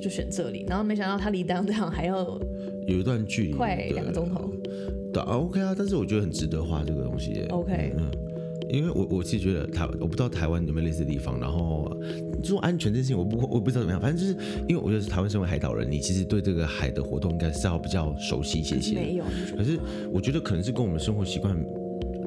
就选这里，然后没想到他离当场还要有一段距离，快嗯对两个钟头。对啊，OK 啊，但是我觉得很值得花这个东西耶。 OK 嗯，因为我我是觉得台，我不知道台湾有没有类似的地方。然后嗯这种安全这件事情，我不我不知道怎么样，反正就是因为我觉得台湾身为海岛人，你其实对这个海的活动应该是要比较熟悉一些些。没有，就是可是我觉得可能是跟我们生活习惯，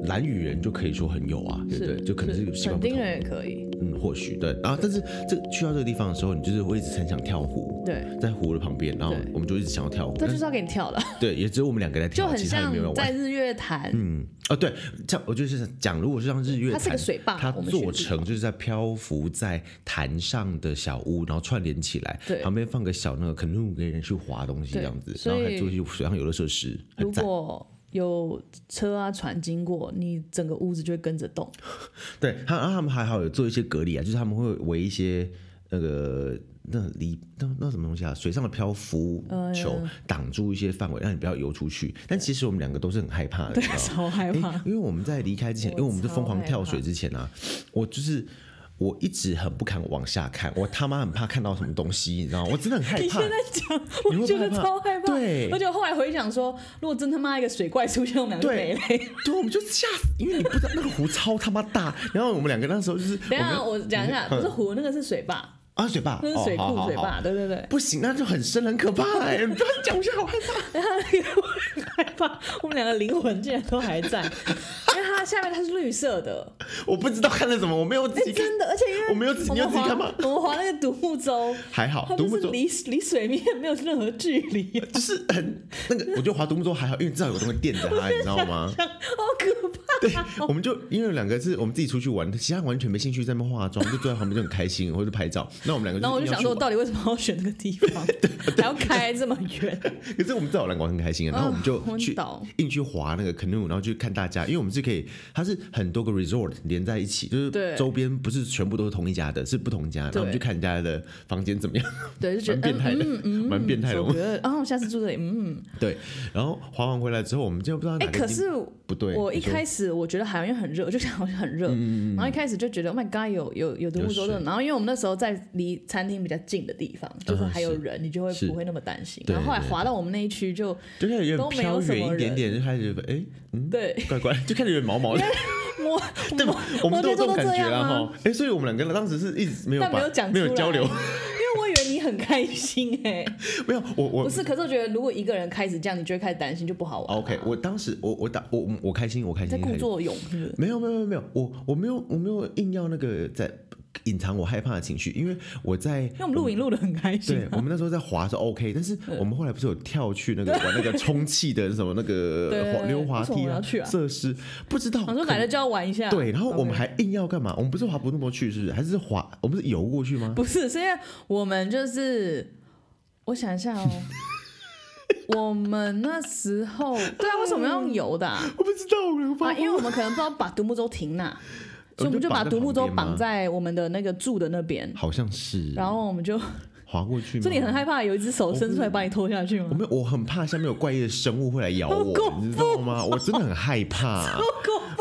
蓝雨人就可以说很有啊，对不对？就可能是习肯惯不定同，人也可以，嗯，或许对。然后但是这去到这个地方的时候，你就是会一直很想跳湖。对，在湖的旁边，然后对我们就一直想要跳湖，他但就是要给你跳的，对，也只有我们两个在就跳，很其他人像没有人玩在。日月潭，嗯，哦，对，这样我就是讲，如果是像日月潭，它是个水坝它我们做学成就是在漂浮在潭上的小屋，然后串联起来，对旁边放个小那个 canoe 给人去划东西这对样子，所然后还以做一些水上游乐设施，很如赞。果有车啊船经过，你整个屋子就会跟着动。哦对，他啊他们还好有做一些隔离啊，就是他们会围一些那个那离那那什么东西啊，水上的漂浮呃球挡住一些范围，让你不要游出去。但其实我们两个都是很害怕的，你知道吗超害诶怕。哎 因为我们在离开之前，因我为我们是疯狂超害跳水怕之前啊，我就是我一直很不敢往下看，我他妈很怕看到什么东西，你知道吗？我真的很害你怕现。在讲，你会我觉害得怕超害怕。对而且我后来回想说，如果真他妈一个水怪出现，我们俩就没对了。 对，我们就吓死，因为你不知道那个湖超他妈大，然后我们两个那时候就是等一我下，们我讲一下，嗯不是湖，那个是水坝，啊水坝，那是哦水好库、好水好坝，对对对。不行，那就很深，很可怕哎、你不要讲，我现在好害怕。 然后那个我很害怕，我们两个灵魂竟然都还在，因为它下面它是绿色的，我不知道看了什么，我没有仔细看，哎真的，而且因为我没有仔细我你有们仔细划看吗我们划那个独木舟，还好它，独就木是舟离离水面没有任何距离、啊，就是很那个，我觉得划独木舟还好，因为至少有东西垫着它，你知道吗？好可怕。对， 我们就因为两个是我们自己出去玩，其他人完全没兴趣在那边化妆，就坐在旁边就很开心， 或者拍照。那我们两个就然后我是就硬要想去说，我玩，到底为什么要选这个地 方，还要开这么远？可是我们至少两个玩很开心啊，然后我们就昏去倒硬去划那个 canoe，然后去看大家，因为我们是可以，它是很多个 resort 连在一起，就是对周边不是全部都是同一家的，是不同家，然后我们对去看人家的房间怎么样， 对，就觉蛮得变态嗯的，蛮变态的。我嗯，们得，然后下次住这里，嗯，对，然后滑完回来之后，我们就不知道哎、哪个可地是不对，我一你说嗯开始我觉得海洋因为很热， 就想好像很热，然后一开始就觉得 Oh my God，有有有独木舟有的，然后因为我们那时候在离餐厅比较近的地方，就是还有啊是人，你就会是不会那么担心。对然后后来对滑到我们那一区就 就开始有都点没有飘什么远一点点，就开始哎、嗯，对怪怪，就开始有点毛 毛的。摸 对吧？我们都有觉得这种都感这觉样啦啊哈。哎、所以我们两个当时是一直没有但没把有讲没出有来交流 因，为我以为你很开心哎、没有不我我。是，可是我觉得如果一个人开始这样，你就会开始担心，就不好玩、啊。 OK，我当时我我打我我我开心我开在心，故开心作勇是不是没有没有没有没有，我我没有我没有硬要那个在隐藏我害怕的情绪，因为我在因为我们录影录的很开心、嗯对我们那时候在滑是 OK，但是嗯我们后来不是有跳去那个玩那个充气的什么 那对个对滑对溜滑为什么梯我要去啊设施，不知道我说可来了就要玩一下。对，然后我们啊 OK 还硬要干嘛？我们不是滑不那么去是不是？还是滑我们是游过去吗？不是，是因为我们就是，我想一下 哦，我们那时候对啊，为什么要用游的啊、我不知道，我没有啊办法因为我们可能不知道把独木舟停哪，所以我们就就把绑在独木舟旁边吗绑在我们的那个住的那边，好像是，然后我们就，滑过去吗？所以你很害怕有一只手伸出来把你拖下去我吗？没有，我很怕下面有怪异的生物会来咬好恐我，怖你知道吗？我真的很害 怕，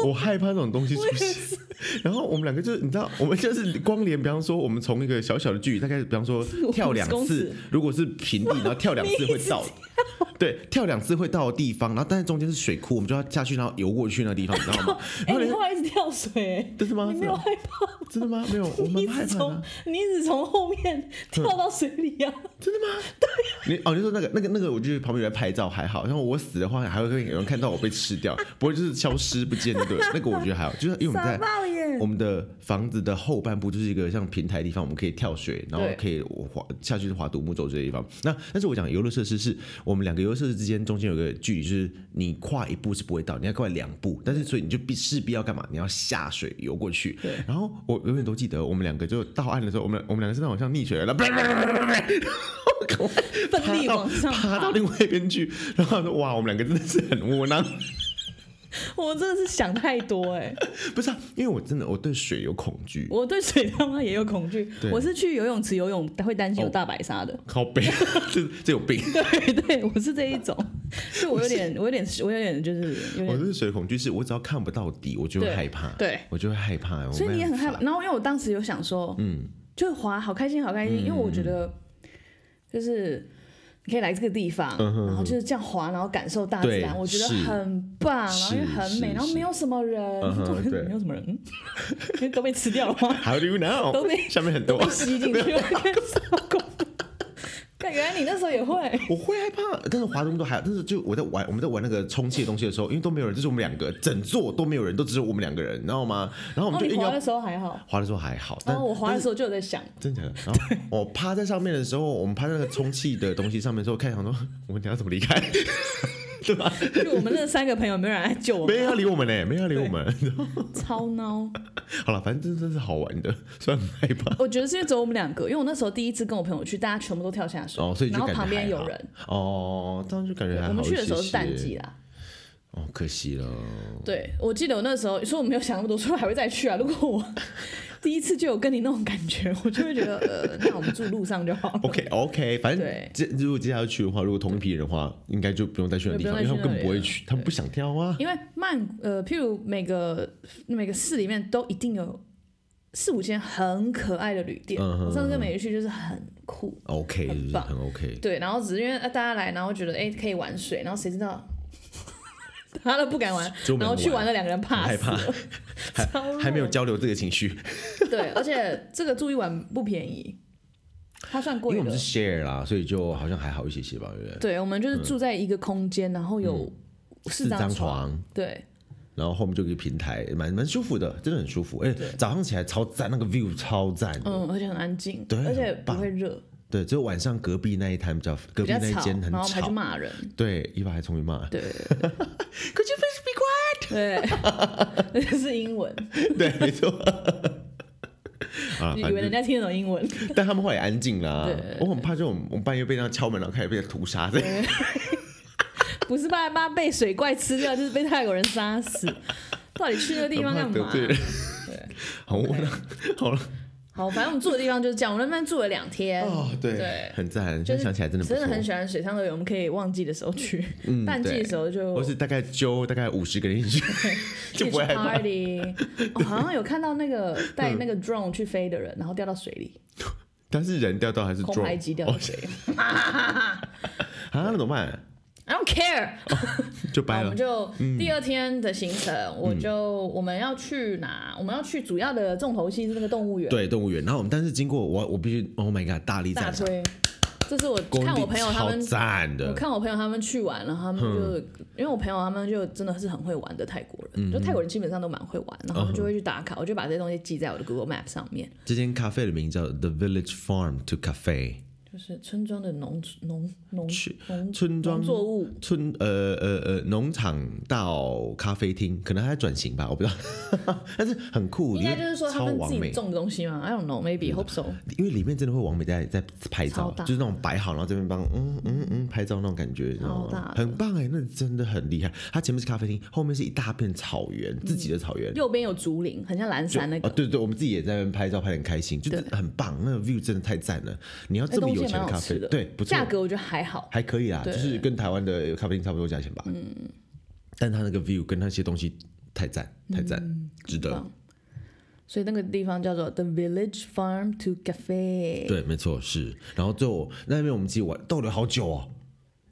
我害怕那种东西出我也现。然后我们两个就是，你知道，我们就是光连，比方说，我们从一个小小的距离，大概比 方说跳两公次尺，如果是 平地，然后跳两次会到，对，跳两次会到的地方，然后但是中间是水库，我们就要下去，然后游过去那个地方，你知道吗？ 哎、然后你连后来一直跳水、哎真的吗？你没有害怕吗？真的吗？没有，啊我你蛮一害直怕的从啊。你一直从后面跳到水里啊！真的吗？对、你哦，你说那个那个那个，我就去旁边有人拍照还好，像我死的话，还会有人看到我被吃掉，不会就是消失不见，对，那个我觉得还好，就是因为我们在爆耶我！们的房子的后半部就是一个像平台的地方，我们可以跳水，然后对可以滑下去滑独木舟这些地方。那但是我讲游乐设施是我们两个游乐设施之间中间有个距离，就是你跨一步是不会到，你要跨两步，但是所以你就必势必要干嘛？你要下水游过去。然后我永远都记得，我们两个就到岸的时候，我们我们两个是那种像溺水了，然后 赶快奋力 爬到往上爬爬到另外一边去，然后说哇，我们两个真的是很窝囊。我真的是想太多哎、不是、啊，因为我真的我对水有恐惧，我对水他妈也有恐惧对，我是去游泳池游泳会担心有哦大白鲨的。 靠背，这这有病。对对，我是这一种，就我有点，我有点，我有点就是有我点，对水恐惧是我只要看不到底，我就会对害怕，对我就会害怕。我所以没你也办很害怕。法。嗯然后因为我当时有想说，嗯，就滑好开心，好开心，因为我觉得就是你可以来这个地方，然后就是这样滑，然后感受大自嗯对然，我觉得是很棒，然后是又很是美，然后是没有什么人， 嗯哼对没有什么人，嗯因 为都被吃掉了吗？ How do you know？都被下面很多被，吸进去 了，超恐怖！但原来你那时候也会，我会害怕，但是滑动都还好，但是就我在玩我们在玩那个充气的东西的时候，因为都没有人，就是我们两个，整座都没有人，都只有我们两个人，你知道吗？然 后我哦，们就你硬滑要的时候还好，滑的时候还好，但然后我滑但的是时候就有在想，真的假的？然后我趴在上面的时候，我们趴在那个充气的东西上面的时候，看想说，我们等一下怎么离开，对吧？就我们那三个朋友没有人来 救我没们，人要理我们 呢、没人要理我们。超孬。好了，反正真真是好玩的，虽然很害怕。我觉得是因为只有我们两个，因为我那时候第一次跟我朋友去，大家全部都跳下水，哦，所以就然后感觉旁边还有好人。哦，这样就感觉还好我们去的时候一是些淡季啦，哦，可惜了。对我记得我那时候，所以我没有想那么多，说还会再去啊。如果我 第一次就有跟你那种感觉，我就会觉得呃，那我们住路上就好了。 OK OK，反正对这如果接下来去的话，如果同一批人的话，应该就不用再去那地方，对因为不他用再去们根那本里不会了去，他们不想跳啊。因为曼呃，譬如每个每个市里面都一定有四五间很可爱的旅店。嗯哼我上次跟美玉去就是很酷， OK，很就是棒很 OK。对，然后只是因为呃大家来，然后觉得哎可以玩水，然后谁知道 大家都不敢玩只有我，们然后去玩玩了两个人很怕害死， 怕，超弱还没有交流这个情绪，对，而且这个住一晚不便宜，它算因为贵我了们。是 share 啦，所以就好像还好一些些吧，对不对？对，我们就是住在一个空间，然后有四嗯张张床，对，然后后面就有一个平台，蛮蛮舒服的，真的很舒服。哎，早上起来超赞，那个 view 超赞。嗯，而且很安静，对而且很不棒会热，对，只有晚上隔壁那一摊比较，比隔壁较那一吵，间很然后我们还去吵。骂人，对，伊娃还冲去骂。对 Could you please be quiet？ 对，那是英文， 对，没错。啊，以反为正人家听得懂英文， 但他们后来也安静啦对对。我很怕这种，我们半夜被那样敲门，然后开始被屠杀这样。不是爸妈被水怪吃掉，就是被泰国人杀 死。到底去那个地方干很怕嘛得？罪人。好，我那好了好，反正我们住的地方就是这样，我们那边住了两天。哦，对哎对，很赞。就是现在想起来真的不真的很错。嗯喜欢水上乐园，我们可以旺季的时候去， 淡季对的时候就我是大概揪大概五十个人 一起去，就不会害怕。嗯 party。哦， 好像有看到那个带那个 drone 去飞的人，然后掉到水里，但是人掉到还是空拍 drone 哦机掉到水里。 啊？那怎么办？ I don't care。就好掰我了嗯们。就第二天的行程，我就我们要去哪？我们要去主要的重头戏是那个动物园，对，动物园。然后我们但是经过我，我必须 Oh my God，大力大赞赏，推。这是我工看地我朋友他超们，赞我的。看我朋友他们去玩了，他们就因为我朋友他们就真的是很会玩的泰国人，就泰国人基本上都蛮会玩，然后他们就会去打卡，我就把这些东西记在我的 Google Map 上面，这间咖啡的名字叫 The Village Farm to Cafe，就是村庄的农农农去农村庄农作物村呃呃呃农场到咖啡厅，可能还在转型吧，我不知道， 但是很酷，应该就是说他超们完自己美，种的东西嘛？I don't know, maybe hope so。因为里面真的会完美在在拍照超，大就是那种摆好，然后这边帮嗯嗯嗯拍照那种感觉，你知道超大吗？的很棒哎、那真的很厉害。它前面是咖啡厅，后面是一大片草原，自己的草原。右边有竹林，很像蓝嗯山那哦，个，对对，我们自己也在那边拍照，拍得很开心，就是很棒，那个 view 真的太赞了。你要那这么东西有也钱蛮的好咖吃啡，的。对，不错，价格我觉得还好。还可以啊啦，就对是跟台湾的咖啡厅差不多价钱吧。嗯，但它那个 view 跟那些东西太赞，太赞，值得。嗯棒嗯所以那个地方叫做 The Village Farm to Cafe，对，没错，是。然后最后那边我们其实玩逗留好久哦，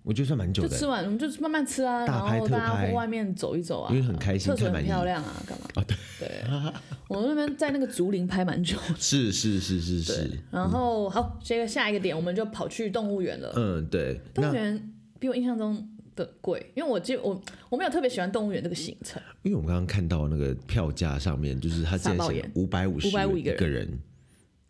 我觉得算蛮久就的吃完我们就是慢慢吃啊，然大拍后特大家拍或外面走一走啊，因为很开心厕所看很满意漂亮啊，干嘛？啊。对，对， 我们那边在那个竹林拍蛮久。是是是是是，然后好，这个下一个点我们就跑去动物园了。嗯，对。动物那园比我印象中的贵，因为我记我我没有特别喜欢动物园这个行程。因为我们刚刚看到那个票价上面，就是它竟傻然爆写眼五百五十550一个人，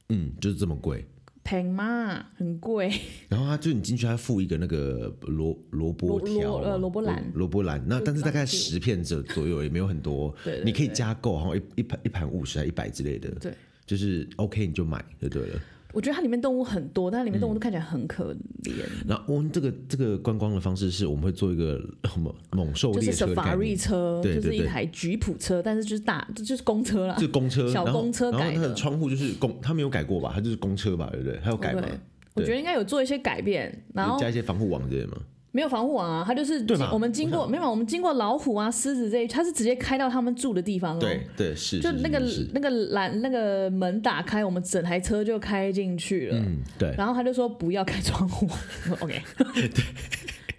嗯，就是这么贵。平嘛，很贵。 然后他就你进去，他附一个那个萝萝卜萝条萝嘛，呃萝卜篮萝卜篮。那但是大概十片左左右，也没有很多。 对对你可以加购，好像一一盘一盘五十还一百之类的，对，就是 OK 你就买就对了。我觉得它里面动物很多，但它里面动物都看起来很可怜，那我们这个这个观光的方式是我们会做一个 猛猛兽就列是车的概念 safari 车，对就对是对一台吉普车，但是就是大，就就是公车啦就。是公车，小然后公车然后改它的的窗户就是公，他没有改过吧？它就是公车吧，对不对？还有改吗？对，我觉得应该有做一些改变，然后嗯有加一些防护网之类的吗？没有防护网啊，它就是对吧我们经我过没有，我们经过老虎啊、狮子这一，它是直接开到他们住的地方哦。对对是，就是那个是是那个栏那个门打开，我们整台车就开进去了。嗯对，然后他就说不要开窗户 我说，OK。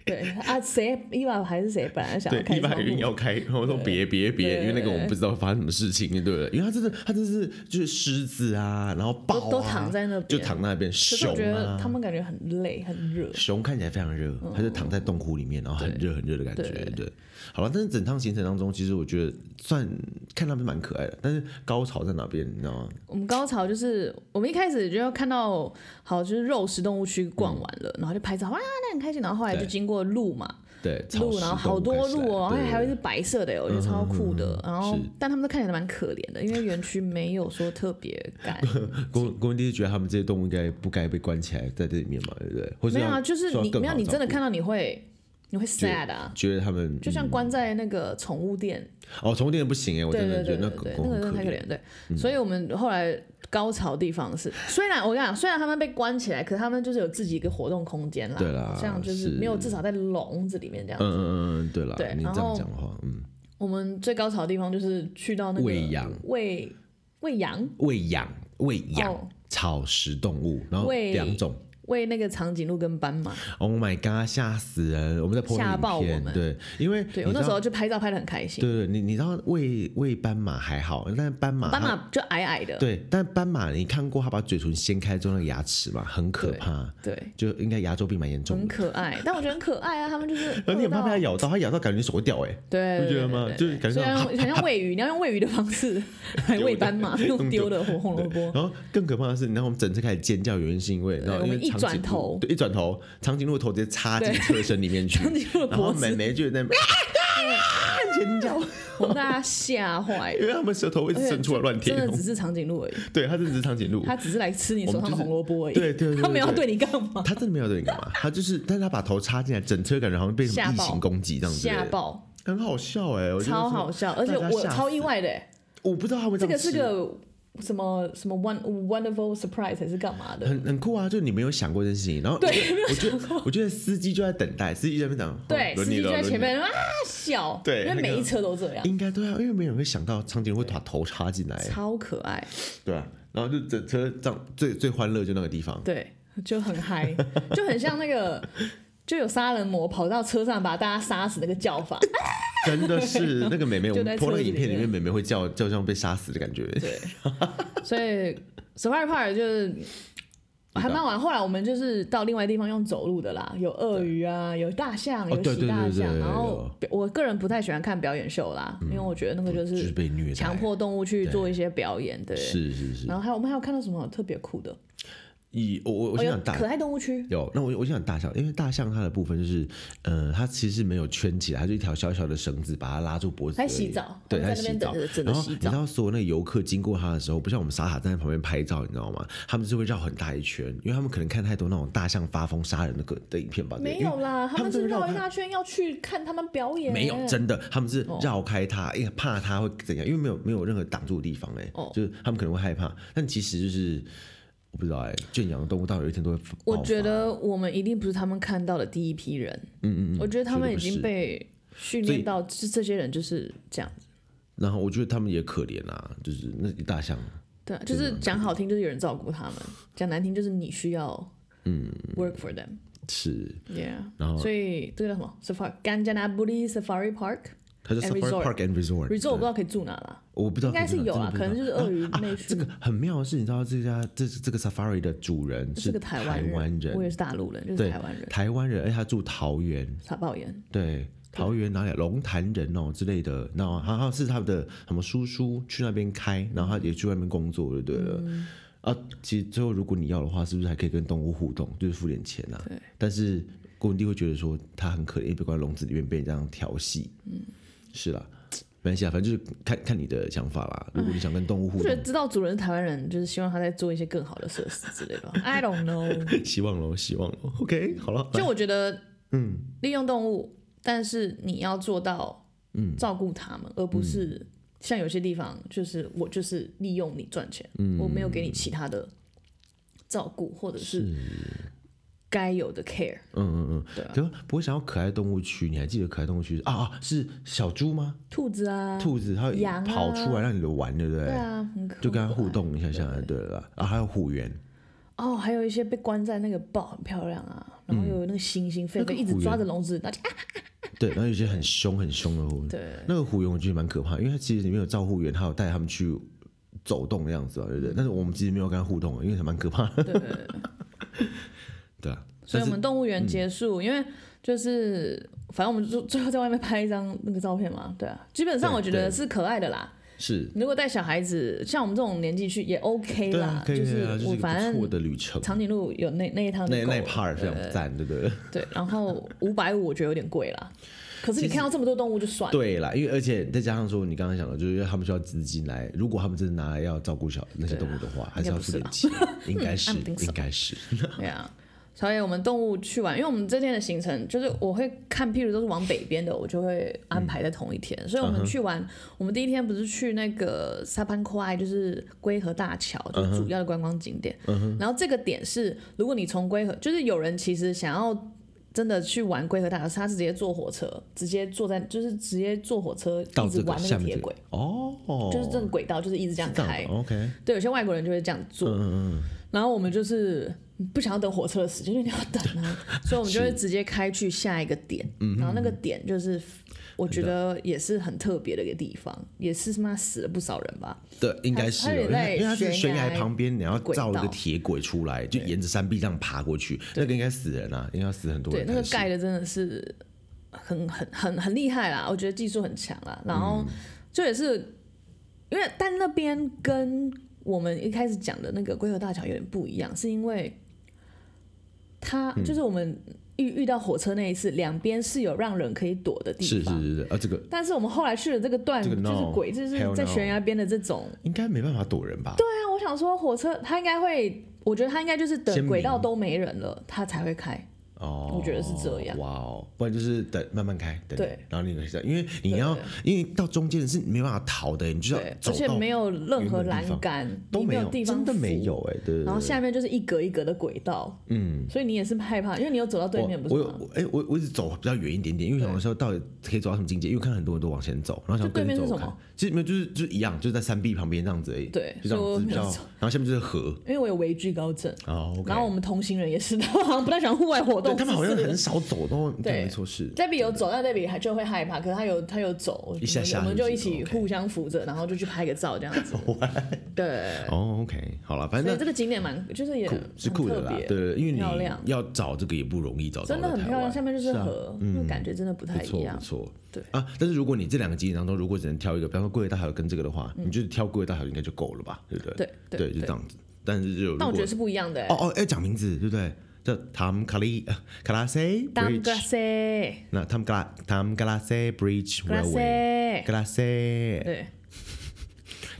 对啊，谁伊娃还是谁本来想要对，开一窗般云户，要开，然后说别别别，因为那个我们不知道发生什么事情，对不对？因为他真的，他真是就是狮子啊，然后豹啊都躺在那边就躺在那边，可是熊我觉得嗯啊他，们感觉很累很热。熊看起来非常热，它就躺在洞窟里面，然后很热很热的感觉，对。好了，但是整趟行程当中，其实我觉得算看他们蛮可爱的，但是高潮在哪边，你知道吗？我们高潮就是我们一开始就要看到，好就是肉食动物区逛完了，然后就拍照哇，那很开心。然后后来就对经过鹿嘛，对，草鹿，食然后动好多物开始来鹿哦，对然后还有一对嗯只白色的耶，我觉得超酷的。然后是但他们都看起来蛮可怜的，因为园区没有说特别 干公公文帝是觉得他们这些动物应该不该被关起来在这里面嘛，对不对？或是没有啊，要就是说要你更没有，好你真的照顾看到你会你会 sad 啊，觉得嗯他们就像关在那个宠物店，哦，宠物店不行哎，我对真对的觉对得那对狗对，狗那个很真的可太可怜。嗯怜，对。所以我们后来高潮地方是，虽然我跟你讲，虽然他们被关起来，可是他们就是有自己一个活动空间啦，对啦这样就是没有至少在笼子里面这样嗯子。嗯嗯嗯，对了，对你这然样后讲的话，嗯，我们最高潮的地方就是去到那个喂羊喂喂羊，喂羊，喂哦羊，草食动物，然后喂两种。喂那个长颈鹿跟斑马。 Oh my god，吓死人！我们在破吓爆影我片，们对，因为对你我那知时道候就拍照拍的很开心，对对，你你知道喂喂斑马还好，但斑马斑它马就矮矮的，对，但斑马你看过它把嘴唇掀开之后那个牙齿嘛，很可对怕，对，就应该牙周病蛮严重很的。可爱。但我觉得很可爱啊，他们就是 而且很怕饿被它到咬到，它咬到感觉你手会掉哎、对，不觉得吗对对就是感觉对像所以要用很像喂鱼，你要用喂鱼的方 式来喂斑马，用丢的红红萝卜。然后更可怕的是，你知道我们整车开始尖叫，原因是因为，然后我因们为一长转颈鹿头对，一转头，长颈鹿的头直接插进对车身里面 去，长颈鹿的然后脖美子，眉就在那边尖叫，我们大家吓坏了，因 为他们舌头会一直伸出来乱真舔的，只是长颈鹿而已，对，它这只是长颈鹿，它只是来吃你手我上们的就是红萝卜而已，对对对它没有要对对你干嘛，它真的没有对你干嘛，它就是，但是它把头插进来，整车感觉好像被什么吓异爆形攻击这样子，吓爆，很好笑哎、我觉得超是好，笑，而且大家我吓超死意外的欸，我不知道他们这样个是吃个什么什么 one wonderful surprise 还是干嘛的？很很酷啊，就你没有想过这件事情，然后对我觉得我觉得我觉得司机就在等待，司机在那边等，哦对，司轮你机就在了前轮你了面啊笑， 对因为那个每一车都这样，应该对啊，因为没有人会想到长颈鹿会把头插进来，超可爱，对啊，然后就整车这样最最欢乐就那个地方，对，就很嗨，就很像那个。就有杀人魔跑到车上把大家杀死那个叫法，真的 是那个美眉，我就们在播车那个子影片里里面，面美眉会叫叫像被杀死的感 觉，对，所以 Safari Park 就是还蛮晚。后来我们就是到另外地方用走路的啦，有鳄鱼啊，有大象，哦有对喜对大对对象。对然后有嗯表我个人不太喜欢看表演秀啦，因为我觉得那个就就是是被虐待，强迫嗯动物去做一些表演，对。是是是，然后还有我们还有看到什么特别酷的？以我我我哦，先有讲大可爱动物区，有，那我我就想大象，因为大象它的部分就是，呃，它其实没有圈起来，它就一条小小的绳子把它拉住脖子而它已。洗澡对，它它们在那洗边澡等着，等着然后洗你知道所有那个游客经过它的时候，不像我们傻傻站在旁边拍照，你知道吗？他们就会绕很大一圈，因为他们可能看太多那种大象发疯杀人的个的影片吧。对没因为有啦，他他们们真是的绕绕一开大圈要去看他们表演，没有，真的，他们哦是绕开它，因为怕它会怎样，因为没有没有任何挡住的地方、哎、哦就是他们可能会害怕，但其实就是我不知道、哎，圈养的动物到有一天都会爆我发觉得我们一定不是他们看到的第一批人，嗯嗯我觉得他们已绝对经不被训所以练到，这这些人就是这样子，然后我觉得他们也可怜啊，就是那一大箱，对啊，就是讲好听就是有人照顾他们，讲难听就是你需要嗯 work for them，yeah，是，然后所以这个叫什么 safari g a n j a n a b u r i Safari Park 它是 And Safari resort Park and Resort， resort 我不知道可以住哪啦，我不知道应该是真的有啊，真可的不能知就道是鳄鱼 内哎区。这个很妙的是，你知道这家这这个 Safari 的主人是个台湾湾我人，也是大陆人，就是对台湾人，，台湾人，而且他住桃园，傻爆眼，对。桃园哪里啊？龙潭人哦之类的，那好像是他们的什么叔叔去那边开，然后他也去外面工作就对了。嗯啊，其实最后如果你要的话，是不是还可以跟动物互动，就是付点钱啊？对。但是郭文帝会觉得说他很可怜，因为被关在笼子里面被人这样调戏。嗯，是啦，没关系啊，反正就是看看你的想法啦。如果你想跟动物互我觉得动，知道主人是台湾人，就是希望他在做一些更好的设施之 类的吧。I don't know。希望喽，希望喽。OK，好了，就我觉得，嗯，利用动物，但是你要做到，嗯，照顾它们，而不嗯是像有些地方，就是我就是利用嗯你赚钱，我没有给你其他的照顾，或者是该有的 care。嗯嗯对嗯啊，可是不会想要可爱动物区，你还记得可爱动物区啊啊是小猪吗？兔子啊，兔子它会羊啊跑出来让你玩，对不对？对啊，很可就跟它很可爱互动一下下，对了啦，啊还有虎 园，哦，还有一些被关在那个豹很漂亮啊，然后嗯又有那个猩猩狒狒一直抓着笼子，然后就啊，对，然后有些很凶很凶的虎，对，那个虎园我觉得蛮可怕，因为它其实里面有照护员，还有带他们去走动的样子啊，对不对？嗯但是我们其实没有跟它互动，因为它蛮 可怕的，对，对啊。所但以我是们动物园结束，因为就是反正我们就最后在外面拍一张那个照片嘛，对啊，基本上对我觉得对是可爱的啦。是，如果带小孩子，像我们这种年纪去也 OK 对啦啊，，可以是啊，就是我一个反不错正的旅程。长颈鹿有那那一趟就那够那一了 part 非常赞，对不对？对，然后五百五我觉得有点贵啦，可是你看到这么多动物就算了，对啦，因为而且再加上说，你刚刚讲的，就是因为他们需要资金来，如果他们真的拿来要照顾小那些动物的话，还是要付点钱，应该是 I don't think so 应该是，对啊。所以我们动物去玩，因为我们这天的行程就是我会看，譬如都是往北边的，我就会安排在同一天。所以我们去玩，我们第一天不是去那个沙潘库爱，就是龟河大桥，就是嗯主要的观光景点。然后这个点是，如果你从龟河，就是有人其实想要真的去玩龟河大桥，是他是直接坐火车，直接坐在就是直接坐火车到一直这个玩那下个面铁这个轨，哦，就是这个轨道就是一直这样这样开的。，OK，对，有些外国人就会这样做。然后我们就是不想要等火车的时间，因为你要等啊，所以我们就会直接开去下一个点。然后那个点就是我觉得也是很特别的一个地方，也是他妈死了不少人吧。对，应该是它哦，它有因为它在因为它是悬崖悬崖旁边，你要轨造一个道铁轨出来，就沿着山壁这样爬过去，那个应该死人啊，应该要死很多对，人那个才是。盖的真的是很很很很厉害啦，我觉得技术很强啦。然后嗯这也是因为，但那边跟我们一开始讲的那个龟河大桥有点不一样，是因为它嗯就是我们遇遇到火车那一次，两边是有让人可以躲的地是是方。是是，啊，这个但是我们后来去的这个段，这个就是 no，鬼，就是 hell 在 no 悬崖边的这种。应该没办法躲人吧？对对，啊，我想说火车它应该会，我觉得它应该就是先等鸣轨道都没人了，它才会开。哦，我觉得是这样哇哦，不然就是等慢慢开，等，对，然后你这样，因为你要，因为到中间是没办法逃的，你就要对，走而且到没有任何栏杆，都你没有有，地方真的没扶。有哎，对对然后对。下面就是一格一格的轨道，嗯，所以你也是害怕，因为你有走到对面，不我是我有吗？我哎、我我一直走比较远一点点，因为想的时候到底可以走到什么境界，因为看很多人都往前走，然后想就对跟着面是走什看么，其实没有，就是就是一样，就是在山壁旁边这样子而已，对就这所以样我子比没有较，走然后下面就是河，因为我有畏惧高症。哦，OK，然后我们同行人也是，他 们好像不太喜欢户外活对动。他们好像很少走，都对对，没错是， Debbie 有走，但 Debbie 还就会害怕，可是他有他有走，一下下我们我们就一就是起 OK 互相扶着，然后就去拍个照这样 子。对，哦，OK，好了，反所正以那这个景点蛮就是也是嗯很酷的特啦别，对，因为你漂亮要找这个也不容易找到，真的很漂亮，下面就是是啊河，那感觉真的不太不一错样不。错，对啊。但是如果你这两个景点当中，如果只能挑一个，比方说桂大桥跟这个的话，你就挑桂大桥应该就够了吧，对不对？嗯对对就这样子。但是就如但果我觉得是不一样的欸。哦哦，要讲名字对不对？叫塔姆卡利卡拉塞 Dam Bridge， grace，那塔姆卡拉塔姆卡拉塞 Bridge Railway， grace，卡拉塞对，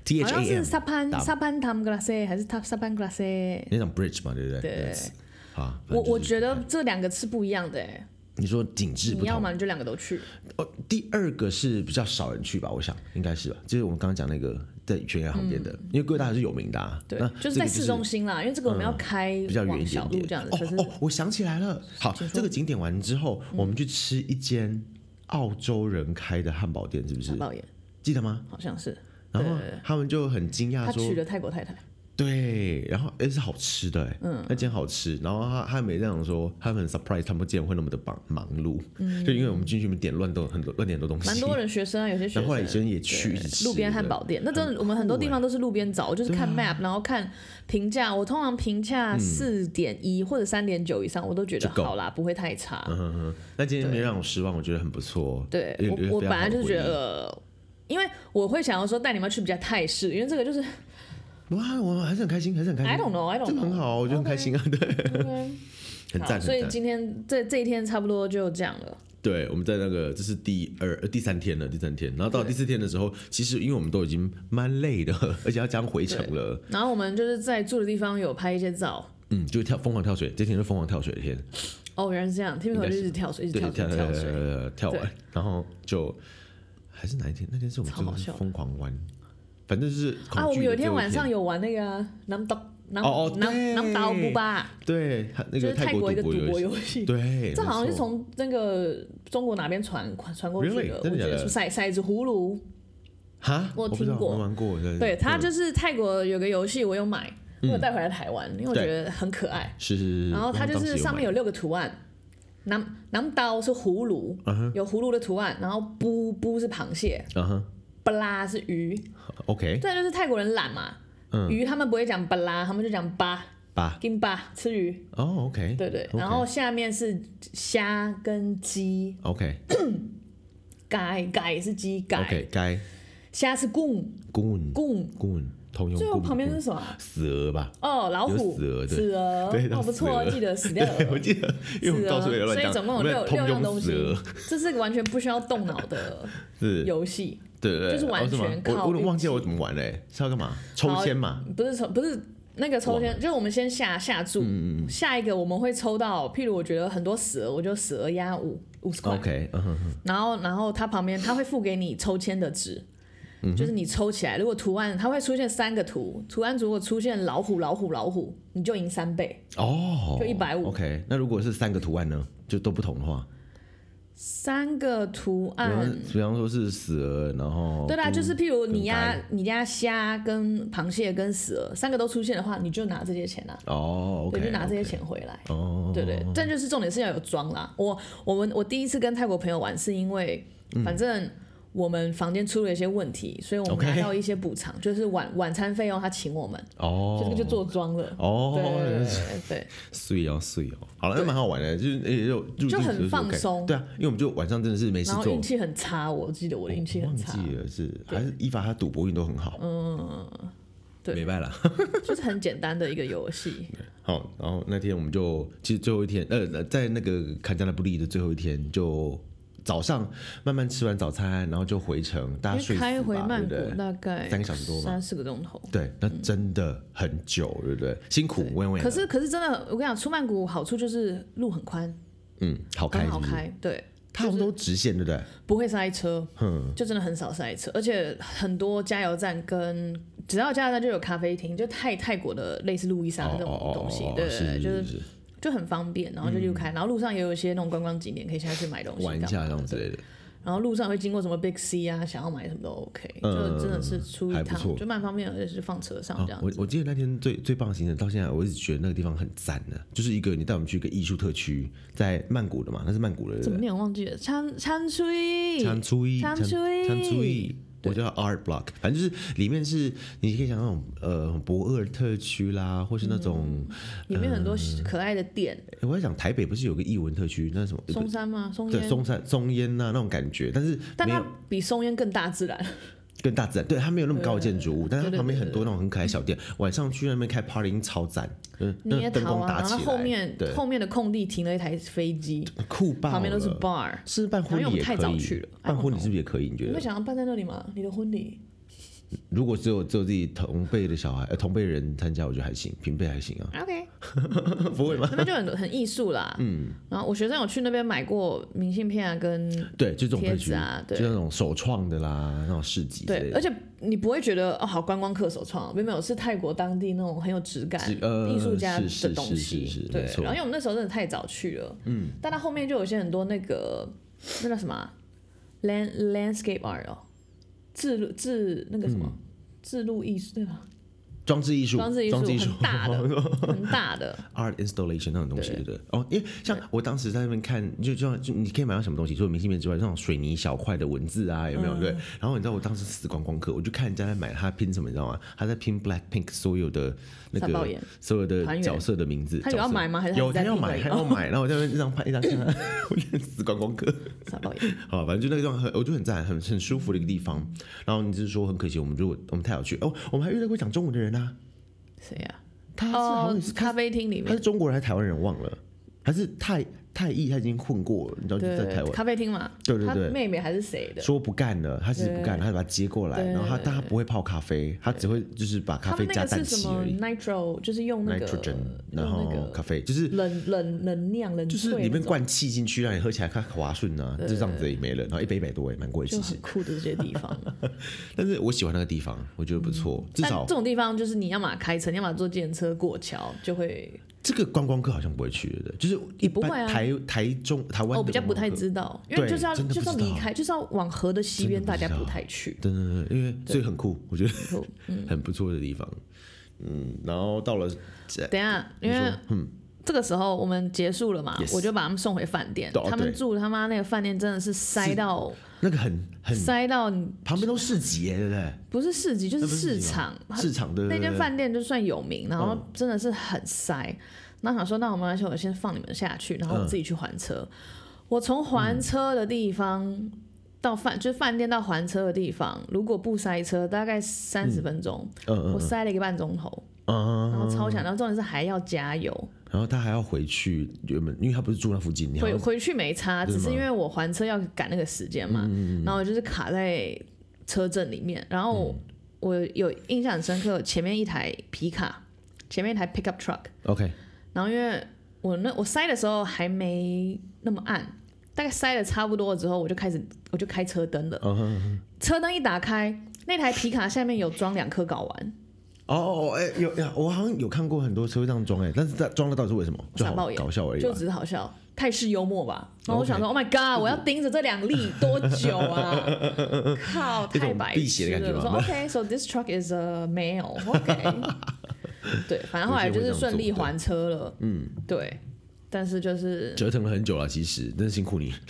T 好 H 像 A 是 M，沙潘打沙潘 tam glace 还是 tam 沙潘 glace？你讲 Bridge 嘛，对不对？对 Yes，好啊，反我正就是我觉得这两个是不一样的哎，你说景致你不要同，嘛你就两个都去，哦，第二个是比较少人去吧，我想应该是吧，就是我们刚刚讲那个在悬崖旁边的，因为贵大还是有名的、啊，嗯对那，就是在这个嗯市中心啦，因为这个我们要开比较远一往小点路点。这样子，可哦是嗯哦，我想起来了，好，这个景点完之后，我们去吃一间澳洲人开的汉堡店，是不小是？导演记得吗？好像是然后他们就很惊讶他娶说，了泰国太太，对，然后哎是好吃的，哎，嗯那间好吃。然后他他没这样说，他们很 surprise，他们竟然会那么的忙忙碌，就因为我们进去里面点乱多很多乱点很多东嗯西，蛮多人学生啊，有些学然后后生来有些人也去一起吃路边汉堡店，那真的我们很多地方都是路边找，我就是啊看 map，然后看评价。我通常评价四点一或者三点九以上，我都觉得嗯就够好啦，不会太差。嗯哼，那今天没让我失望，我觉得很不错哦。对有我，我本来就是觉，有非常好得，的呃因为我会想要说带你们去比较泰式，因为这个就是回忆哇，我还是很开心，还是很 I 开 don't 心， know，I 这 don't 个 know，很好，我觉得很开心啊，对， OK， 很好赞，所很以赞。今天这这一天差不多就这样了。对，我们在那个这是第二、呃第三天了，第三天，然后到第四天的时候，其实因为我们都已经蛮累的， 而且要加上回程了，然后我们就是在住的地方有拍一些照。嗯，就跳疯狂跳水，这天是疯狂跳水的天，哦，原来是这样，听朋友就一直跳水，一直对，跳水，跳一直跳水。跳跳对完，然后就还是哪一天？那天是我们超真好的是笑的疯狂玩，反正就是恐啊，我惧们的有一最天后晚上有玩那个 Nam Dok 啊南哦哦对南南岛布巴，对，他那就个是泰国一个赌赌博博游戏，游戏。对，这好像没是错从那个中国哪边传传过去 Really？的，真我觉的假得的什么骰骰子葫芦，哈，我不听知道过没玩过，对对，它嗯就是泰国有个游戏，我有买，我有带回来台湾，因为我对觉得很可爱。是是是，然后它就当时是上面有有六个图案，南南刀是葫芦，嗯有葫芦的图案，然后布布是螃蟹，买，嗯哼巴拉是鱼， ，OK，对，就是泰国人懒嘛，嗯鱼他们不会讲巴拉，他们就讲巴八，金巴吃鱼，哦，OK，对对。 OK 然后下面是虾跟鸡， ，OK 改改是鸡改， OK，该虾是贡滚贡，滚，通用最后棍旁边棍是什么？啊蛇吧？哦，老有虎、死鹅对死鹅， 对哦，不错，死鹅记得死 掉我了。记得，因为我死们到处鹅也乱所以讲，总共有我们六通六样用东西蛇，这是个完全不需要动脑的 是，游戏， 对对，对就是哦完吗全我靠我有运点忘记我怎么玩嘞，是要干嘛？抽签嘛，不是抽，不是那个抽签，就是我们先下下注，嗯下一个我们会抽到，譬如我觉得很多死鹅，我就死鹅压五五十块， OK，嗯哼哼，然后然后它旁边它会付给你抽签的纸。嗯就是你抽起来，如果图案它会出现三个图，图案如果出现老虎、老虎、老虎，你就赢三倍。哦，就150 OK，那如果是三个图案呢，就都不同的话，三个图比案，方比方说是蛇，然后嗯对啦，啊就是譬如你压哦跟你压虾、跟螃蟹、跟蛇三个都出现的话，你就拿这些钱啊，哦对， ，OK，就拿这些钱回来。哦，对对，但就是重点是要有装啦。我我们我第一次跟泰国朋友玩，是因为嗯反正我们房间出了一些问题，所以我们 OK 拿到一些补偿，就是晚晚餐费用他请我们，哦，就这个就做庄了。对对哦，对对碎哦碎哦，好了，那蛮好玩的，就是也有入就境很时候放 OK 松对啊，因为我们就晚上真的是没事然后做哦运，气很差，我记得我的运气忘很差，记了是还是伊凡他赌博运都很好，嗯，对没办法。就是很简单的一个游戏。好，然后那天我们就其实最后一天，呃，在那个坎加拉布利的最后一天就。早上慢慢吃完早餐，然后就回城，大家因睡为死吧开回曼对不谷对大概三个小时多吧三四个钟头。对，那真的很久，对不对？辛苦，问问。可是可是真的，我跟你讲，出曼谷好处就是路很宽，嗯，好开很是好不是，开，对，它好像都直线，对不对？不会塞车，嗯就真的很少塞车，而且很多加油站跟只要有加油站就有咖啡厅，就泰泰国的类似路易莎哦这哦种哦东西哦，对是对对，就是是是就很方便，然后就溜开，然后路上也有一些那种观光景点可以下去买东西玩一干下嘛这的样之类的。然后路上会经过什么 Big C 啊，想要买什么都 OK，就真的是出一嗯还不趟错就蛮方便，而且是放车上啊这样，我我记得那天最最棒的行程，到现在我一直觉得那个地方很赞的，就是一个你带我们去一个艺术特区，在曼谷的嘛，那是曼谷的，对怎么不对？念我忘记了，餐餐出一，长初一，长长初一长初一。我叫 Art Block，反正就是里面是你可以想那种呃博尔特区啦，或是那种、里面很多嗯可爱的店，诶我在想台北不是有个艺文特区，那是什么松山吗？松对烟，松山松烟呐、那种感觉，但是但没它有比松烟更大自然。 跟大自然，对它没有那么高的建筑物，但是对它旁边很多那种很可爱小店，晚上去那边开 party 音超赞，嗯，那捏灯桃啊，光打然后起来，后面对后面的空地停了一台飞机，酷爆了，旁边都是 bar。是办婚因为我礼们也可太以，早去了办婚礼是不是也可以？你觉你会得？想要办在那里吗？你的婚 礼？如果只有只有自己同辈的小孩、呃、同辈人参加，我觉得还行，平辈还行啊， OK，不会吗？那边就很很艺术啦。嗯，然后我学生有去那边买过明信片啊，跟对，就这种贴特纸区，啊对就那种首创的啦，那种市集之类对，的而。且你不会觉得哦，好观光客手创，没有没有，是泰国当地那种很有质感是、呃艺术家是是的东是西。是是对没，错然后因为我们那时候真的太早去了，嗯，但它后面就有些很多那个那叫什么啊 land landscape art 哦，自录自那个什么、嗯自录艺术对吧？装置艺术，装置艺术装置艺术很大的，很大的。 art installation 那种东西，对不对？哦，因为像我当时在那边看，就就就你可以买到什么东西，除了明信片之外，那种水泥小块的文字啊，有嗯没有？对。然后你知道我当时死光光客，我就看人家在买，他拼什么，你知道吗？他在拼 Black Pink 所有的那闪爆个眼所有团的员角色的名字。他有角色要买吗还是他有只在他要拼而买，已他 要买。然后我在那边一张拍一张 看他，我就死光光客。哦傻爆眼，好，反正就那个地方很，我就很赞，很很舒服的一个地方。然后你就是说很可惜，我们如果我们太早去哦，我们还遇到过讲中文的人啊，谁呀、他是好哦像也是，咖啡厅里他面是中国人还是台湾人忘了。还是太太意他已经混过了，你知道就对在台湾。咖啡厅嘛，对对对他妹妹还是谁的？说不干了，他其实不干了，他就把他接过来，对然后他但他不会泡咖啡，他只会就是把咖他啡们那加个氮是什气么而已 nitro，就是用那个，nitrogen，用然那后个咖啡就是冷冷冷酿冷就是萃里嗯那面种灌气进去，让你喝起来看滑顺啊，就这样子也没了，然后一杯一百多也蛮贵，其就实很。酷的这些地 方。但是我喜欢那个地方，我觉得不错，至嗯但少这种地方就是你要么开车，你要么坐电车过桥，就会这个观光客好像不会去的，就是一不会般啊台台中台湾我的哦比较观不光太客知道，因对为就是要真的就不是要知道离开，就是要往河的西边，真的大不家知道不太去。对对对，因为所以很酷，我觉得很不错的地方。嗯，然后到了这等一下，因为这个时候我们结束了嘛嗯 Yes，我就把他们送回饭店哦。他们对住他妈那个饭店真的是塞到那个很很塞到你，旁边都市集耶，对不对？不是市集就是那不是市市集吗场，市场对那对嗯间对，饭店就算有名，然后真的是很塞。那想说，那我们来说，我先放你们下去，嗯然后我自己去还车。我从还车的地方到饭，就是饭店到还车的地方，如果不塞车，大概三十分钟，嗯嗯我塞了一个半钟头，嗯，然后超强。然后重点是还要加油，然后他还要回去原本，因为他不是住那附近，你还回要回去没差，只是因为我还车要赶那个时间嗯嘛，然后我就是卡在车阵里面。然后我,、嗯有印象很深刻，前面一台皮卡，前面一台 pickup truck。 OK，然后因为我那我塞的时候还没那么暗，大概塞的差不多了之后，我就开始我就开车灯了。嗯哼车灯一打开，那台皮卡下面有装两颗睾丸，哦哦，哦哎、有有，我好像有看过很多车会这样装哎、但是它装的到底是为什么？就傻好爆眼搞笑而已就吧。只是好笑，泰式幽默吧。然后我 OK 想说，Oh my god，我要盯着这两粒多久啊？靠，一种太白辟邪的痴感觉了。我吧说 OK，so、this truck is a male。OK，对，反正后来就是顺利还车了。嗯，对，但是就是折腾了很久了，其实真的辛苦你。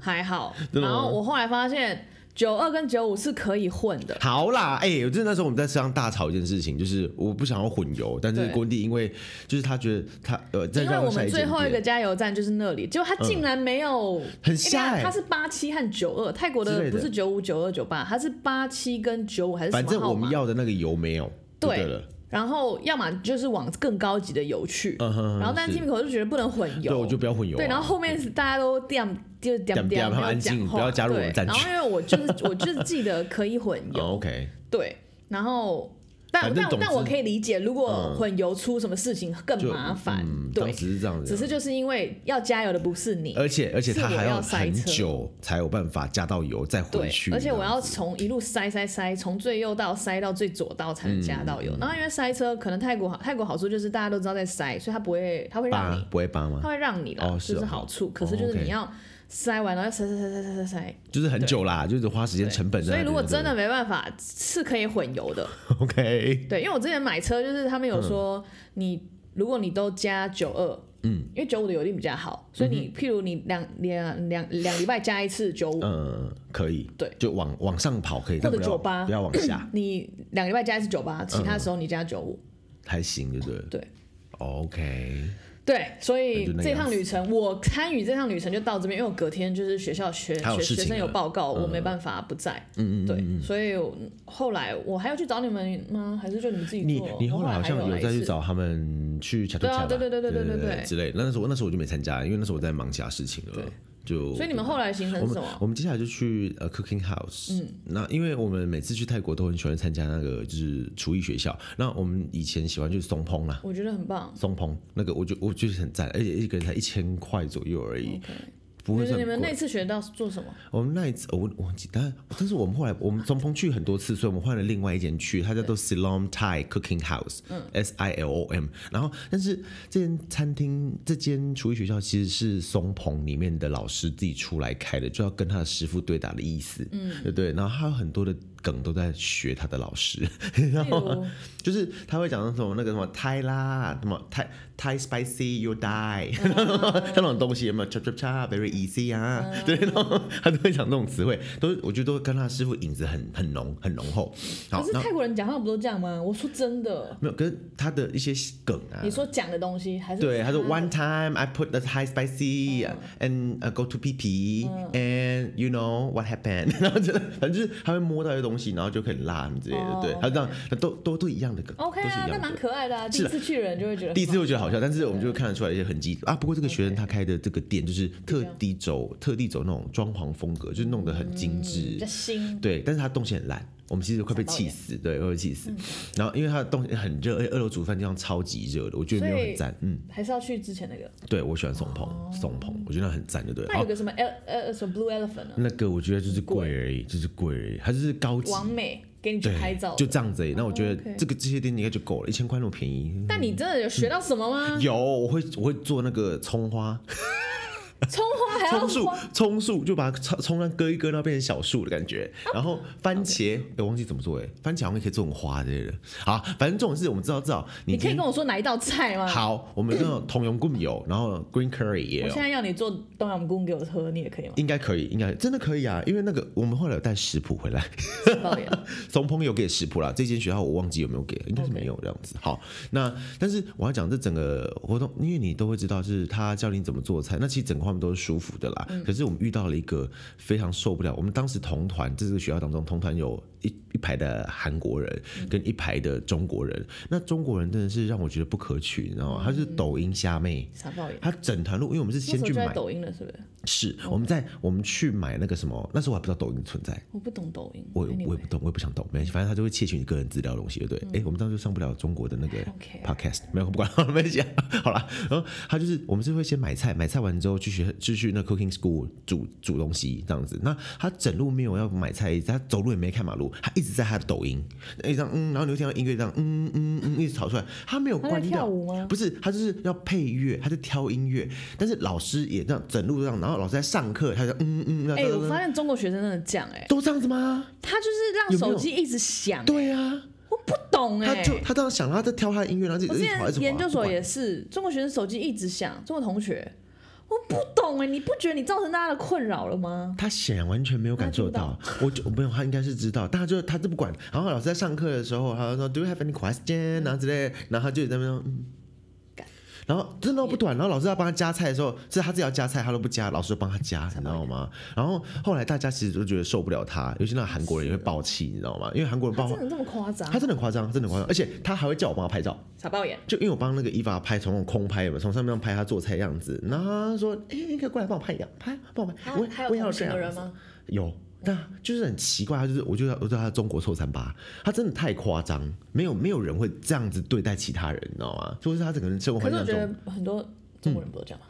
还好。真的然吗后我后来发现，九二跟九五是可以混的。好啦，哎、我真的那时候我们在车上大吵一件事情，就是我不想要混油，但是对关帝因为就是他觉得他呃，再因为让我他下们一最间后一个店加油站就是那里，结果他竟然没有，很哎瞎等一下欸他是八七和九二，泰国之类的的不是九五九二九八，他是八七跟九五还是什反么正号我们码？要的那个油没有，就对了。然后要么就是往更高级的油去，嗯哼然后但是 Timiko 就觉得不能混油，对，我就不要混油、啊。对，然后后面是大家都掉就掉点点掉，然后没有安静讲话，不要加入我们对战然局后因为我就是我就是记得可以混油，哦 OK，对，然后但反正但总之嗯但我可以理解，如果混油出什么事情更就麻烦，嗯，对当，时是这样子。哎只是就是因为要加油的不是你，而且而且他是我还要塞很车久才有办法加到油再回对去，，而且我要从一路塞塞塞，从最右道塞到最左道才能加到嗯油。然后因为塞车，可能泰国好，泰国好处就是大家都知道在塞，所以它不会，它会让扒你，不会扒它吗？会让你啦，哦是哦就是好处。可是就是哦，OK 你要塞完，然后塞塞塞塞塞塞塞。就是很久啦，就是花时间成本在所那以边。如果真的没办法，是可以混油的。对不对 OK，对，因为我之前买车就是他们嗯有说，你如果你都加九二，嗯，因为九五的油量比较好，所以你譬如你两两两两礼拜加一次九五，嗯，可以，对，就往往上跑可以，但或者不要98，不要往下你两礼拜加一次九八，其嗯他时候你加九五，还行，对不对了？对。 OK，对，所以那就那这样趟子旅程我参与这趟旅程就到这边，因为我隔天就是学校学还有学事学情嗯生有了报告，我没办法不在。嗯嗯，对，所以我后来我还要去找你们吗？还是就你们自己你做？你我后来好还像有来一再去次找他们去查对啊对对对对对对对对对之类的，那时候那时候我就没参加，因为那时候我在忙其他事情了对，就所以你们后来行程我是们什么？我们接下来就去呃 Cooking House，嗯，那因为我们每次去泰国都很喜欢参加那个就是厨艺学校，那我们以前喜欢去松蓬啦，我觉得很棒。松蓬那个我就我就是很赞，而且一个人才一千块左右而已， OK，不会你是们你很们贵。那次学到做什 么？我们那一次我我忘记，但但是我们后来我们松蓬去很多次，所以我们换了另外一间去，它叫做 Silom Thai Cooking House，s 嗯 I L O M。然后，但是这间餐厅这间厨艺学校其实是松蓬里面的老师自己出来开的，就要跟他的师傅对打的意思，嗯，对不对？然后他有很多的梗都在学他的老师，然例 后。如就是他会讲什么那个什么泰啦，什么泰泰 spicy you die，像嗯那种东西有没有 chop chop chop very easy 啊？嗯对，然后他都会讲这种词汇，都是我觉得都跟他师傅影子很很浓很浓厚。好可，是那泰国人讲话不都这样吗？我说真的，没有跟他的一些梗啊你。说讲的东西还是对，他说的 one time I put the high spicy 嗯 and uh, go to PP and you know what happened，然后就反正就是他会摸到一些东东西，然后就可以拉什么之类的，哦对， OK 它这样它都都都一样的梗 OK 都是啊一，那样蛮的。可爱的啊。第是一啊次去的人就会 觉得很好第一次我觉得好笑，但是我们就看得出来一些痕迹啊。不过这个学生他开的这个店就是特地走特地走那种装潢风格，就是弄得很精比致较，新，对，但是他动线很烂，我们其实快被气死，对，快被气嗯死。然后因为他的动线很热，而且二楼煮饭地方超级热的，我觉得没有所以很赞，嗯，还是要去之前那个。对我喜欢宋鹏，宋鹏我觉得很赞，就对了。哦那有个什么 L 呃什么 Blue Elephant 呢？那个我觉得就是贵而已，就是贵而已，它就是高级，完美，给你去对，拍照的。就这样子而已。那我哦觉得，OK 嗯这个这些店应该就够了，一千块那么便宜。但你真的有学到什么 吗？有，我会我会做那个葱花，葱花还要葱树哎花，葱树就把它葱葱干割一割，然后变成小树的感觉。哦然后番茄，哎我忘记怎么做哎，番茄好像可以做成花之类的。好，反正这种事我们知道知道。你你可今以天跟我说哪一道菜吗？好，我们这种同油棍有，然后 green curry 也我有现。在要你做东阳菇给我喝，你也可以 吗？应该可以，应该真的可以啊，因为那个我们后来有带食谱回来，吃爆 眼松鹏有给食谱啦，这间学校我忘记有没有给，应该是没有这样子。好，那但是我要讲这整个活动，因为你都会知道是他教你怎么做菜，那其实整个画面都是舒服的啦。嗯可是我们遇到了一个非常受不了，我们当时同团在这个学校当中，同团有一一排的韩国人嗯跟一排的中国人，那中国人真的是让我觉得不可取，你知嗯道吗？他是抖音虾妹。傻爆眼。他整团路，因为我们是那先时候去就在买，抖嗯音了，是不是？是我们在我们去买那个什么，那时候我还不知道抖音存在，我不懂抖音。我也我也 anyway 嗯不懂，我也不想懂，没关系，反正他就会窃取你个人资料的东西，对不对？哎、我们当时就上不了中国的那个 OK podcast，没有不管， 没关系啊，好了。然后他就是，我们是会先买菜，买菜完之后去学，就去那 cooking school 煮煮东西这样子。那他整路没有要买菜，他走路也没看马路，他一直在他的抖音，一直这样嗯，然后你会听到音乐这样嗯嗯嗯一直吵出来，他没有他在关跳掉舞啊吗不是，他就是要配乐，他在挑音乐，但是老师也这样整路这样，然后老师在上课，他就嗯嗯，哎、我发嗯现中国学生真的这样哎、都这样子吗？他就是让有没手有机一直响、哎对啊。我不懂哎、他就他当时想，他在挑他的音乐，然后自我己之一直跑一直前研跑究所啊不管也是，中国学生手机一直响，中国同学，我不懂哎、你不觉得你造成大家的困扰了吗？他显然完全没有感受到，我就我没有，他应该是知道，但他就他就不管。然后老师在上课的时候，他就说 Do you have any question？然后之类的，然后他就在那边说嗯嗯干。然后真的不短，然后老师要帮他加菜的时候，是他自己要加菜，他都不加，老师就帮他加，你知道吗？然后后来大家其实都觉得受不了他，尤其那韩国人也会爆气，你知道吗？因为韩国人他爆真，的这么夸张他？真的很夸张，真的很夸张，而且他还会叫我帮他拍照。傻爆眼！就因为我帮那个伊娃拍，从那种空拍嘛，从上面拍她做菜的样子，然后她说：“哎、你可以过来帮我拍一样，拍帮我拍。他我也”还有我也要同这行的人样。吗？有，但就是很奇怪，她就是我觉得我对她中国臭三八，她真的太夸张，没有没有人会这样子对待其他人，你知道吗？就是她整个人生活可环是境我觉当中得很多嗯中国人不都这样吗？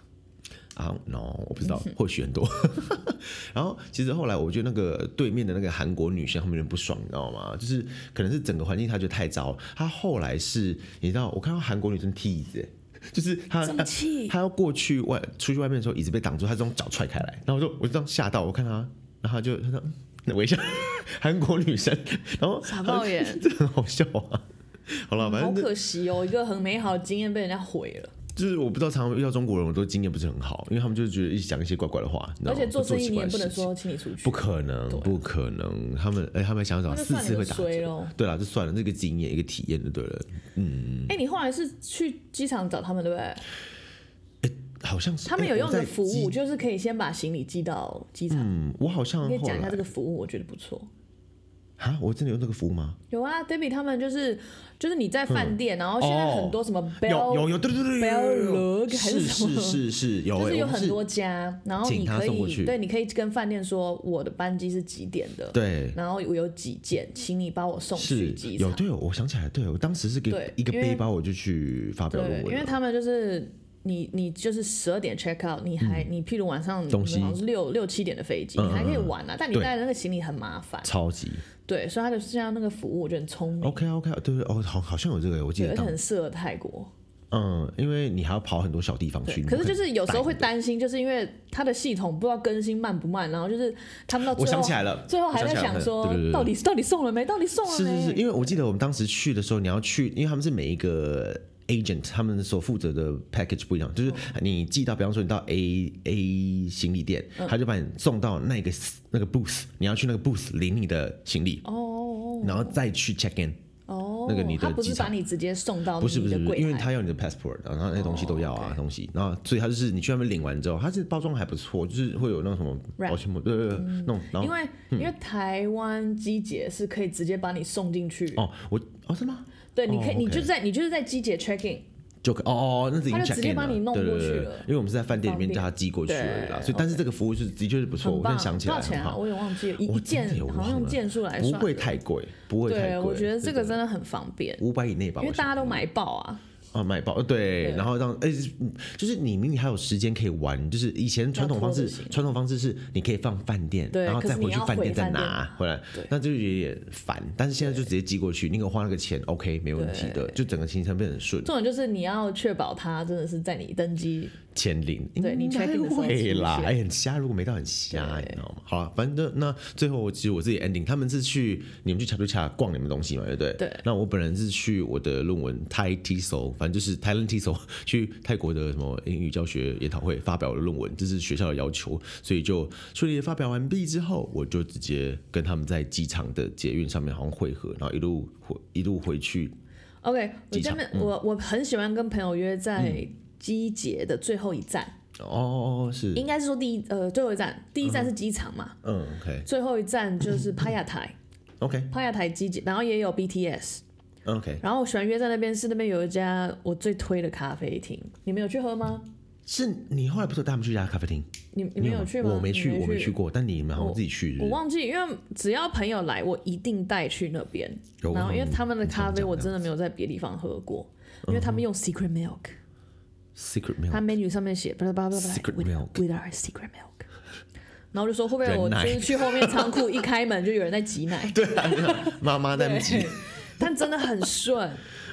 啊，no，我不知道，嗯或许很多。 然后其实后来我觉得那个对面的那个韩国女生，她们有点不爽，你知道吗？就是可能是整个环境她觉得太糟了。她后来是，你知道，我看到韩国女生踢椅子， 欸就是她这么气她要过去外出去外面的时候，椅子被挡住，她这种脚踹开来，然后我就我就这样吓到，我看她，然后她就她说嗯那微笑，韩国女生，然后傻爆眼这很好笑啊。好了，反好正可惜哦，一个很美好的经验被人家毁了。就是我不知道，常常遇到中国人，我都经验不是很好，因为他们就是觉得一直讲一些怪怪的话，你知道而吗且做生意奇你怪也的不能事情说请你出去不，可能，不可能，他们哎、他们想想那就四算次你会的打衰折，咯。对啦，就算了，这个经验一个体验就对了，嗯哎、你后来是去机场找他们对不对？好像是他们哎有用我的在服务，机就是可以先把行李寄到机场。嗯，我好像你可以后讲一下来这个服务，我觉得不错。啊，我真的有那个服务吗？有啊，Debbie 他们就是就是你在饭店，然后现在很多什么 Bell，、嗯哦有有有，对对对对有有有有 Bellug 还是是什么是是是有、哎，就是有我们很多家，然后你请他可送过以去对，你可以跟饭店说我的班机是几点的，对。然后我有几件，请你帮我送去是机有场。对，我想起来了，对我当时是给对一个因为背包，我就去发表论对，文了，因为他们就是你，你就是十二点 check out，你还、你譬如晚上嗯东西你们好像是六六七点的飞机，嗯你还可以玩啊，但你对带的那个行李很麻烦。超级对，所以他的现在那个服务我觉得很聪明， OK OK，对对哦，好好像有这个，我嗯记对，得而且当很适合泰国。嗯，因为你还要跑很多小地方去，你可是就是有时候会带担心，就是因为它的系统不知道更新慢不慢，然后就是他们到最我后想起来了最后还在想我说想起来了对对对对到底到底送了没？到底送了是没？是是，因为我记得我们当时去的时候，你要去，因为他们是每一个 agent 他们所负责的 package 不一样，哦就是你寄到，比方说你到 A A 行李店，嗯他就把你送到那个 s- 那个 booth，你要去那个 booth 领你的行李，哦然后再去 check in。哦哦，那个你的他不是机场把你直接送到不是不你是的不是，柜因为台哦他要你的 passport，然后那些东西都要啊、 OK 东西，然后所以他就是你去那边领完之后，它是包装还不错，就是会有那种什么 Wrap 嗯保鲜膜，对对对，那种然因后为、因为台湾机姐是可以直接把你送进去，哦我哦是吗？对，你可以、哦你 OK 就在你就是在机姐 check in，就可哦哦，那是已经他就直 check 接 in 把了，你弄对对过去对对了，因为我们是在饭店里面叫他寄过去方便而已啦，对所以但是这个服务是的确是不错，很哦我棒。现在想起多来少钱很啊？好，哦我有忘记了，一我一件真的有好像忘用了件数来不算，会太贵，不会太对，贵，我觉得这个对真的很方便，五百以内吧，因为我想大家都买爆啊。啊，买包对，然后让哎、嗯就是你明明还有时间可以玩，就是以前传统方要式拖就行，传统方式是你可以放饭店，对然后可再是你回去要饭回店再饭店拿回来，那就有点烦。但是现在就直接寄过去，你给我花那个钱，OK，没问题的，就整个行程变得很顺。重点就是你要确保它真的是在你登机，千零，对你应 check 该 in 的时候会啦出，现哎、很瞎，如果没到很瞎，对你知道吗？好了，啊反正那最后我其实我自己 ending，他们是去你们去查图查逛你们东西嘛，对不对？对。那我本人是去我的论文 Thai TESOL，反正就是 Thailand TESOL 去泰国的什么英语教学研讨会发表我的论文，这是学校的要求，所以就顺利的发表完毕之后，我就直接跟他们在机场的捷运上面好像汇合，然后一路回一路回去 OK，我机这场嗯边、我我很喜欢跟朋友约在机捷的最后一站，哦哦哦是应该是说第一呃最后一站，第一站是机场嘛，嗯 OK 最后一站就是帕亚台， OK 帕亚台机捷，然后也有 BTS， OK 然后我喜欢约在那边是那边有一家我最推的咖啡厅，你们有去喝吗？是你后来不是有带他们去一家咖啡厅？你你们有去吗？我没去，你我没去。过，但你们好像自己去是不我是，忘记，因为只要朋友来，我一定带去那边。有啊嗯然后，因为他们的咖你常啡讲我真的没有在别地方喝过，因嗯为他们用 secret milk，、 secret 他 meal， menu 上面写巴拉巴拉巴拉 Secret with- milk with our secret milk。然后就说会不会人我就奶是去后面仓库一开门就有人在挤 奶？对，妈妈在那边挤，但真的很 顺，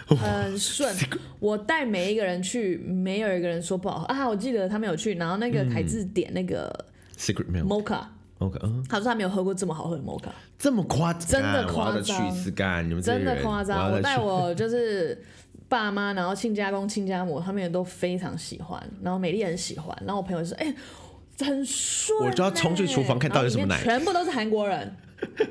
很顺。我带每一个人去，没有一个人说不好喝啊。我记得他们有去，然后那个嗯凯志点那个 secret meal。 mocha，、 OK，嗯，他说他没有喝过这么好喝的 mocha。这么夸张，真的我要再夸张去一次干，你们这些真的人夸我张，要我再带去我就是爸妈，然后亲家公、亲家母，他们也都非常喜欢，然后美丽很喜欢，然后我朋友就说，哎、很顺欸、我就要冲去厨房看到底然后什么里奶面全部都是韩国 人，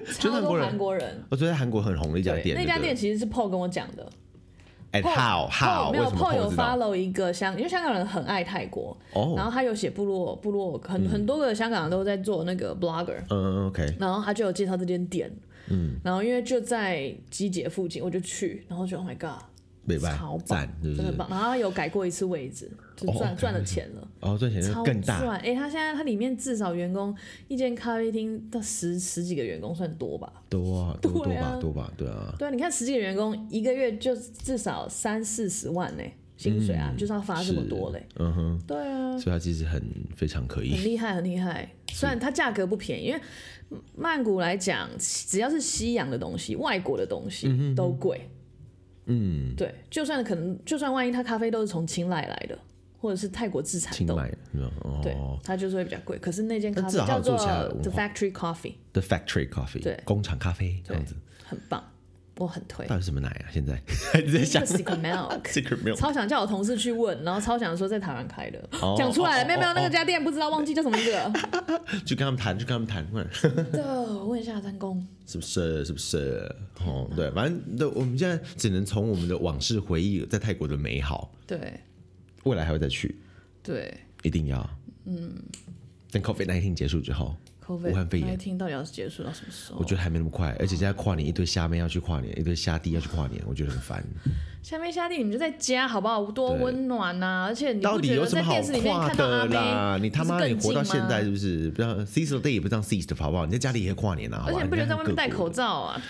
全超韩多国人韩国人。我觉得韩国很红的一家对，店，那家店对其实是 PO 跟我讲的不对，哎，how how 没为有什么 PO 有知道？ follow 一个香，因为香港人很爱泰国，然哦，后他有写部落部落，很、很多个香港人都在做那个 blogger，嗯，OK，然后他就有介绍这间店，嗯，然后因为就在机姐附近，我就去，然后就 Oh my God，美白超棒赞，是不真的是？棒。然后他有改过一次位置，就赚哦赚了钱了，哦，赚钱超更大，赚！哎、他现在他里面至少员工一间咖啡厅到十十几个员工算多吧？多啊多多对吧啊多吧，对啊，对啊，你看十几个员工一个月就至少三四十万呢、薪水啊，就是要发这么多嘞、嗯哼，对啊，所以它其实很非常可以很，厉害，很厉害。虽然它价格不便宜，因为曼谷来讲，只要是西洋的东西、外国的东西都贵。嗯，对，就算可能，就算万一它咖啡豆是从清莱来的，或者是泰国自产清豆，迈，你知道吗对哦，它就是会比较贵。可是那间咖但啡至少它叫有做做起来的文 The 化 Factory Coffee， ，The Factory Coffee，对工厂咖啡这样子。很棒，我很推。到底什么奶啊？现在还在想 Secret Milk， secret milk 超想叫我同事去问，然后超想说在台湾开的哦，讲出来哦了，没有没哦有，那个家店不知道忘记叫什么名字 了。去跟他们谈，去跟他们谈，问真的，问一下三公。是不是？是不是？哦，嗯对，反正对，我们现在只能从我们的往事回忆在泰国的美好，对未来还会再去，对。一定要。嗯，等 COVID 1 9结束之后， COVID 武汉肺炎19到底要结束到什么时候我？觉得还没那么哦快，而且现在跨年一堆虾妹要去跨年，一堆虾弟要去跨嗯年，我觉得很烦。下面下地你们就在家好不好？多温暖呐、而且你到不底觉有得什在么好电视里面跨看到阿的妹，啦？你他妈不是你更活到现在近是吗不是？不要 seasonal day 也不当 seas 的好不好？你在家里也跨年啊，好而吧且你不觉得在外面戴口罩？罩啊？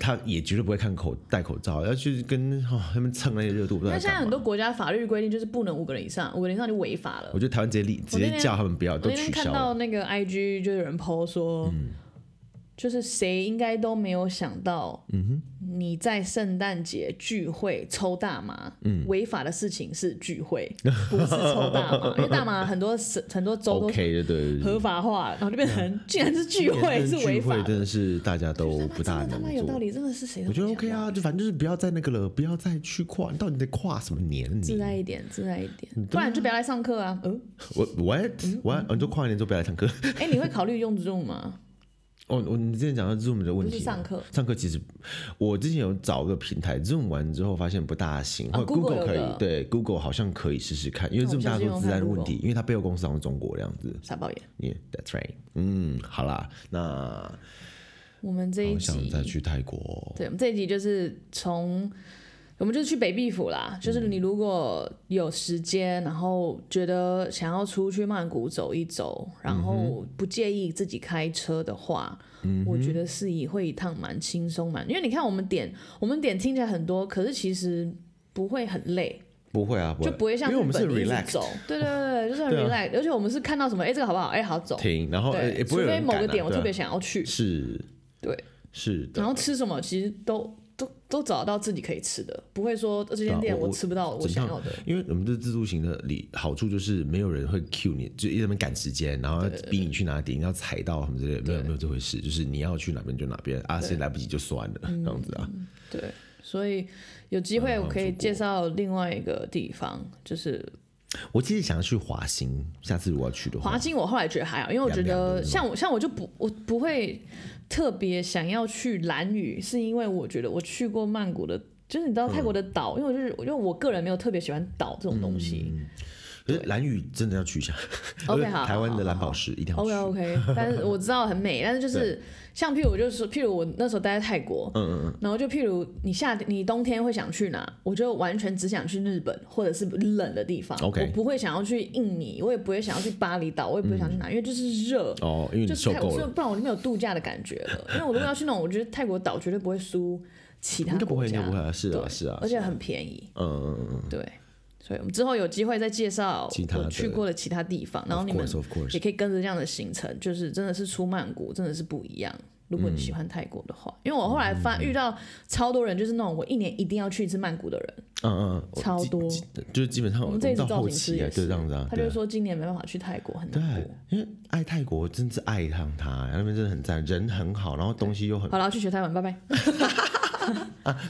他也绝对不会看口戴口罩，要去跟、哦、他们蹭那些热度。不知因道为在现在啊干很嘛。多国家法律规定就是不能五个人以上，五个人以上就违法了我。觉得台湾直接立直我那接天叫他们不要，我都那天取看消到了。嗯那个 IG 就有人 PO 说，就是谁应该都没有想到，嗯你在圣诞节聚会抽大麻，嗯违法的事情是聚会，不是抽大 麻，因为大麻很多省很多州都 OK 的，对对合法化，然后就变成 竟然是聚对，会但是违聚法会真的，的是大家都不大真的他能妈有道做。理，真的是谁都我觉得没想 OK 啊，就反正就是不要再那个了，不要再去跨，你到底在跨什么年自你？在一点，自在一点，不然就不要来上课啊。嗯，嗯我 what what？哦你说跨年之后不要来唱歌？哎，你会考虑用 Zoom 吗？哦，我你之前讲到 Zoom 的问就题是嘛，上课上课其实我之前有找个平台 Zoom 完之后发现不大行，啊或者 Google 有可以的，对 Google 好像可以试试看，因为那我 Zoom 大下家次都用治看安问 Google 题，因为它背后公司好像是中国这样子。傻爆眼。 Yeah, that's right。嗯，好啦，那我们这一我想集，再去泰国哦。对，我们这一集就是从。我们就是去北壁府啦，就是嗯你如果有时间，然后觉得想要出去曼谷走一走，然嗯后不介意自己开车的话，我觉得是一会一趟蛮轻松蛮，因为你看我们点我们点听起来很多，可是其实不会很累，不会啊，不会，就不会像因为我们日是本你一直 relax 走，对对对对，就是很对啊 relax，、而且我们是看到什么，哎、这个好不好？哎、好走，停，然后呃对，也不除会有非人某赶个啊点我对特啊别想要去，是，对，是的然。后吃什么其实都都都找得到自己可以吃的，不会说呃这间对啊店我我吃不到我我想要的。因为我们这自助型的理好处就是没有人会 cue 你，就一直在那边赶时间，然后逼你去哪点，要踩到什么之类的，没有没有这回事，就是你要去哪边就哪边，啊，时间来不及就算了，嗯这样子啊。对，所以有机会嗯我可以出国介绍另外一个地方，就是我其实想要去华兴，下次如果要去的话，华金。我后来觉得还好，因为我觉凉凉的那得种像我像我就不我不会特别想要去蓝屿，是因为我觉得我去过曼谷的。就是你知道泰国的嗯岛，因为我就是因为我个人没有特别喜欢岛这种东西。嗯可是蓝屿真的要去一下 OK，而且好台湾好的蓝好宝石一定要 OK 去。 OK，但是我知道很美，但是就是像譬如我就是譬如我那时候待在泰国，嗯嗯嗯，然后就譬如你夏天你冬天会想去哪，我就完全只想去日本或者是冷的地方 OK 我不会想要去印尼，我也不会想要去巴厘岛，我也不会想去哪，因为就是热。嗯哦，因为就你是受泰国，够所以了，不然我就没有度假的感觉了。因为我如果要去那种，我觉得泰国岛绝对不会输其他应该不国会，家，应该不会啊，是啊，对是啊，而且很便宜。嗯嗯嗯嗯对，所以我们之后有机会再介绍其他的我去过的其他地方，然后，of 你们 course of 也 course，可以跟着这样的行程，就是真的是出曼谷，真的是不一样。如果你喜欢泰国的话，因为我后来发遇到超多人，就是那种我一年一定要去一次曼谷的人，嗯嗯，嗯超多。就是基本上我们这一次到造后型师期啊也，，就是这样子啊，他对就啊说今年没办法去泰国，很对难过。，因为爱泰国真是爱上它，那边真的很赞，人很好，然后东西又很……好了，去学泰文，拜拜。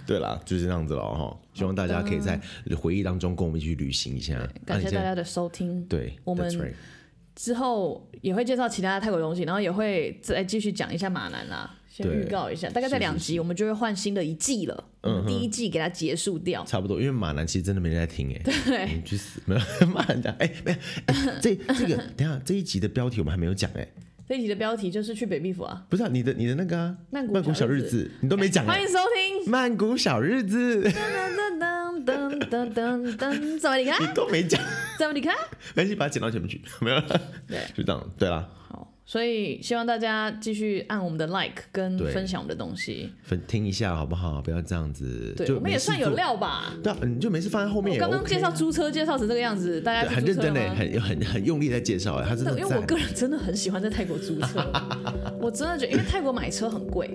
对啦，就是这样子了哈。希望大家可以在回忆当中跟我们一起去旅行一下。啊感谢大家。家的收听。对，我们 that's right 之后也会介绍其他泰国东西，然后也会再继续讲一下马南啦。先对预告一下，大概在是两是嗯集我们就会换新的一季了。我们第一季给它结束 掉。差不多，因为马南其实真的没人在听哎，对你去死！没有骂人家哎，没有哎这这个等一下这一集的标题我们还没有讲哎，这一集的标题就是去北壁府啊，不是啊你的你的那个啊曼谷曼谷小小日日子你都没讲欢哎迎，收听。曼谷小日子 你噔噔噔噔噔噔，怎么你 看？都没讲，怎么你看？赶紧把它剪到前面去，没有了，对，就这样，对啦，好，所以希望大家继续按我们的 like 跟对分享我们的东西。分听一下好不好？不要这样子，对，就我们没也事算有做料吧。对啊，你就没事放在后面我也刚 OK 刚介绍租车介绍成这个样子，大家对去很认租真车嘞，吗很很很用力在介绍哎，他真的对，因为我很个赞。人真的很喜欢在泰国租车， 我真的觉得，因为泰国买车很贵，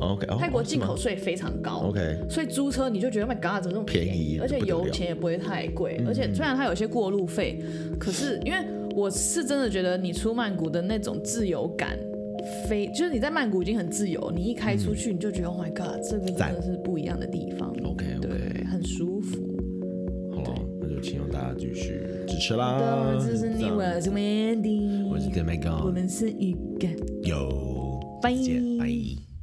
OK，哦泰国哦是进吗口税非常高 OK 所以租车你就觉得，“Oh My God 怎么这么便宜而且不得了嗯油钱也不会太贵，而且虽然它有些过路费，可是因为我是真的觉得你出曼谷的那种自由感。非就是你在曼谷已经很自由，你一开出去你就觉得、Oh my God，这个真赞的是不一样的地方， OK OK，对，很舒服。好了，那就请大家继续支持好啦的，。这是这你，样我是 Wendy，我是 d e m e g 我 o 们是鱼干，有，拜再见，拜。